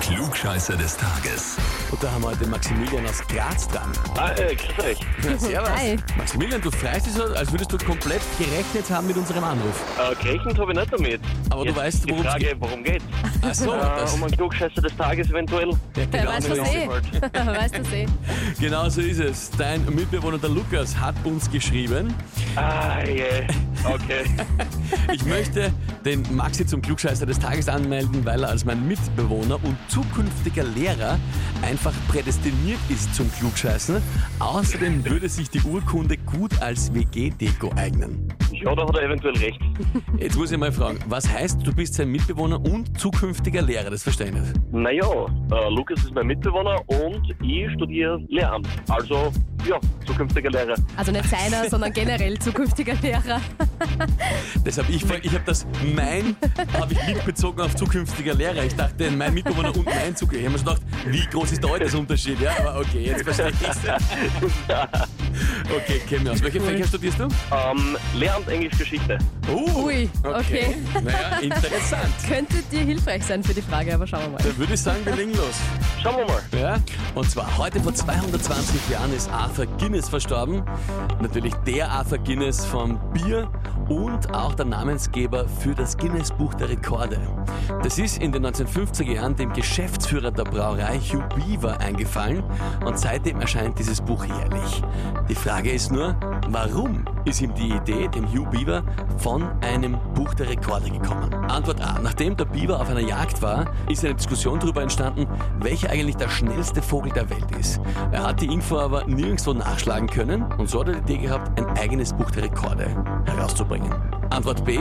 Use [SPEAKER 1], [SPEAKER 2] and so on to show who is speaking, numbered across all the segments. [SPEAKER 1] Klugscheißer des Tages.
[SPEAKER 2] Und da haben wir heute Maximilian aus Graz dran.
[SPEAKER 3] Ah, äh, grüß euch.
[SPEAKER 2] Servus.
[SPEAKER 4] Hi.
[SPEAKER 2] Maximilian, du freust dich so, als würdest du komplett gerechnet haben mit unserem Anruf.
[SPEAKER 3] Äh, gerechnet habe ich nicht damit.
[SPEAKER 2] Aber du weißt,
[SPEAKER 3] die
[SPEAKER 2] worum's
[SPEAKER 3] Frage,
[SPEAKER 2] geht.
[SPEAKER 3] worum geht's?
[SPEAKER 2] Ach so,
[SPEAKER 3] äh,
[SPEAKER 2] das,
[SPEAKER 3] um einen Klugscheißer des Tages eventuell.
[SPEAKER 2] ja,
[SPEAKER 4] Wer
[SPEAKER 2] genau,
[SPEAKER 4] weiß
[SPEAKER 2] so
[SPEAKER 4] das
[SPEAKER 2] ist,
[SPEAKER 4] eh? Wer weiß das eh?
[SPEAKER 2] genau so ist es. Dein Mitbewohner, der Lukas, hat uns geschrieben,
[SPEAKER 3] Ah, je. Okay.
[SPEAKER 2] ich möchte den Maxi zum Klugscheißer des Tages anmelden, weil er als mein Mitbewohner und zukünftiger Lehrer einfach prädestiniert ist zum Klugscheißen. Außerdem würde sich die Urkunde gut als WG-Deko eignen.
[SPEAKER 3] ja, da hat er eventuell recht.
[SPEAKER 2] Jetzt muss ich mal fragen, was heißt, du bist sein Mitbewohner und zukünftiger Lehrer? Das verstehe ich nicht.
[SPEAKER 3] Naja, äh, Lukas ist mein Mitbewohner und ich studiere Lehramt. Also, ja, zukünftiger Lehrer.
[SPEAKER 4] Also nicht seiner, sondern generell zukünftiger Lehrer.
[SPEAKER 2] Deshalb, ich, frag- ich habe das mein, habe ich mitbezogen auf zukünftiger Lehrer. Ich dachte, mein Mitbewohner und mein zukünftiger. Ich habe mir schon gedacht, wie groß ist der Altersunterschied? Ja, aber okay, jetzt verstehe ich es. Okay, kenn mich aus. Welche Fächer studierst du?
[SPEAKER 3] Ähm, Lehramt Englisch Geschichte.
[SPEAKER 2] Uh,
[SPEAKER 4] Ui, okay.
[SPEAKER 2] Naja, interessant.
[SPEAKER 4] Könnte dir hilfreich sein für die Frage, aber schauen wir mal.
[SPEAKER 2] Dann würde ich sagen, wir legen los.
[SPEAKER 3] Schauen wir mal.
[SPEAKER 2] Ja, und zwar heute vor 220 Jahren ist Arthur Guinness verstorben. Natürlich der Arthur Guinness vom Bier und auch der Namensgeber für das Guinness Buch der Rekorde. Das ist in den 1950er Jahren dem Geschäftsführer der Brauerei Hugh Beaver eingefallen und seitdem erscheint dieses Buch jährlich. Die Frage ist nur, warum ist ihm die Idee, dem Hugh Beaver, von einem Buch der Rekorde gekommen? Antwort A. Nachdem der Beaver auf einer Jagd war, ist eine Diskussion darüber entstanden, welcher eigentlich der schnellste Vogel der Welt ist. Er hat die Info aber nirgendwo nachschlagen können und so hat er die Idee gehabt, ein eigenes Buch der Rekorde herauszubringen. Antwort B.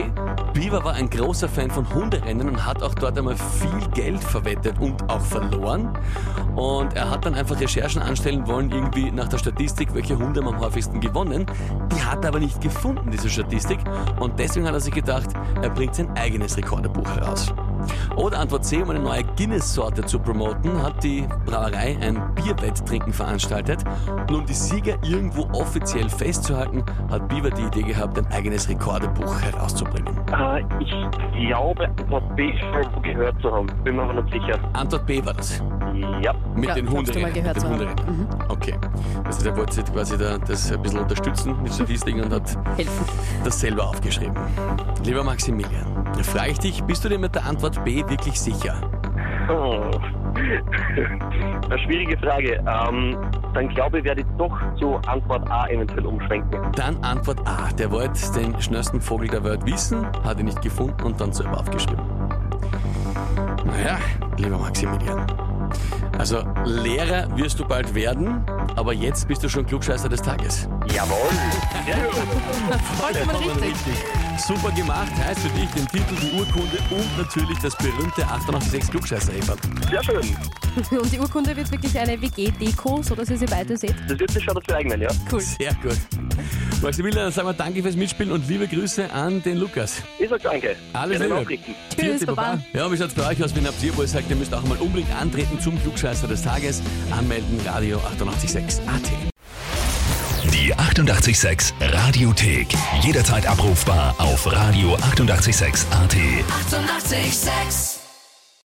[SPEAKER 2] Beaver war ein großer Fan von Hunderennen und hat auch dort einmal viel Geld verwettet und auch verloren. Und er hat dann einfach Recherchen anstellen wollen, irgendwie nach der Statistik, welche Hunde haben am häufigsten gewonnen. Die hat er aber nicht gefunden, diese Statistik. Und deswegen hat er sich gedacht, er bringt sein eigenes Rekordebuch heraus. Oder Antwort C, um eine neue Guinness-Sorte zu promoten, hat die Brauerei ein Bierwetttrinken veranstaltet. Und um die Sieger irgendwo offiziell festzuhalten, hat Beaver die Idee gehabt, ein eigenes Rekordebuch herauszubringen.
[SPEAKER 3] Äh, ich glaube, Antwort B ist schon gehört zu haben. Bin mir aber nicht sicher.
[SPEAKER 2] Antwort B war das.
[SPEAKER 3] Ja.
[SPEAKER 2] Mit
[SPEAKER 4] Ja,
[SPEAKER 2] den
[SPEAKER 4] glaubst du
[SPEAKER 2] Hunden.
[SPEAKER 4] mal gehört Mhm.
[SPEAKER 2] mit
[SPEAKER 4] zu
[SPEAKER 2] den
[SPEAKER 4] haben.
[SPEAKER 2] Hunderennen. Okay. Also der wollte quasi da, das ein bisschen unterstützen mit Statistiken und hat
[SPEAKER 4] Helfen.
[SPEAKER 2] das selber aufgeschrieben. Lieber Maximilian, da frage ich dich, bist du dir mit der Antwort B wirklich sicher?
[SPEAKER 3] Oh. Eine schwierige Frage. Ähm, dann glaube ich, werde ich doch zu Antwort A eventuell umschwenken.
[SPEAKER 2] Dann Antwort A. Der wollte den schnellsten Vogel der Welt wissen, hat ihn nicht gefunden und dann selber aufgeschrieben. Naja, lieber Maximilian. Also Lehrer wirst du bald werden, aber jetzt bist du schon Klugscheißer des Tages.
[SPEAKER 3] Jawohl. Sehr gut.
[SPEAKER 4] Vollkommen richtig.
[SPEAKER 2] Super gemacht, heißt für dich den Titel, die Urkunde und natürlich das berühmte 886 klugscheißer -Eferl.
[SPEAKER 3] Sehr schön.
[SPEAKER 4] Und die Urkunde wird wirklich eine WG-Deko, sodass ihr sie beide seht.
[SPEAKER 3] Das wird sich schon dazu eignen, ja?
[SPEAKER 4] Cool.
[SPEAKER 2] Sehr gut. Maximilian, dann sagen wir danke fürs Mitspielen und liebe Grüße an den Lukas.
[SPEAKER 3] Ich sag danke.
[SPEAKER 2] Alles
[SPEAKER 3] Gerne
[SPEAKER 2] Liebe.
[SPEAKER 3] nachrichten.
[SPEAKER 4] Tschüss, Baba.
[SPEAKER 2] Ja, und wie schaut's bei euch aus, wenn habt ihr, wo ihr sagt, ihr müsst auch mal unbedingt antreten zum Flugscheißer des Tages? Anmelden, Radio 886 AT.
[SPEAKER 1] Die 88,6 Radiothek. Jederzeit abrufbar auf radio886.at. 88,6.
[SPEAKER 5] 886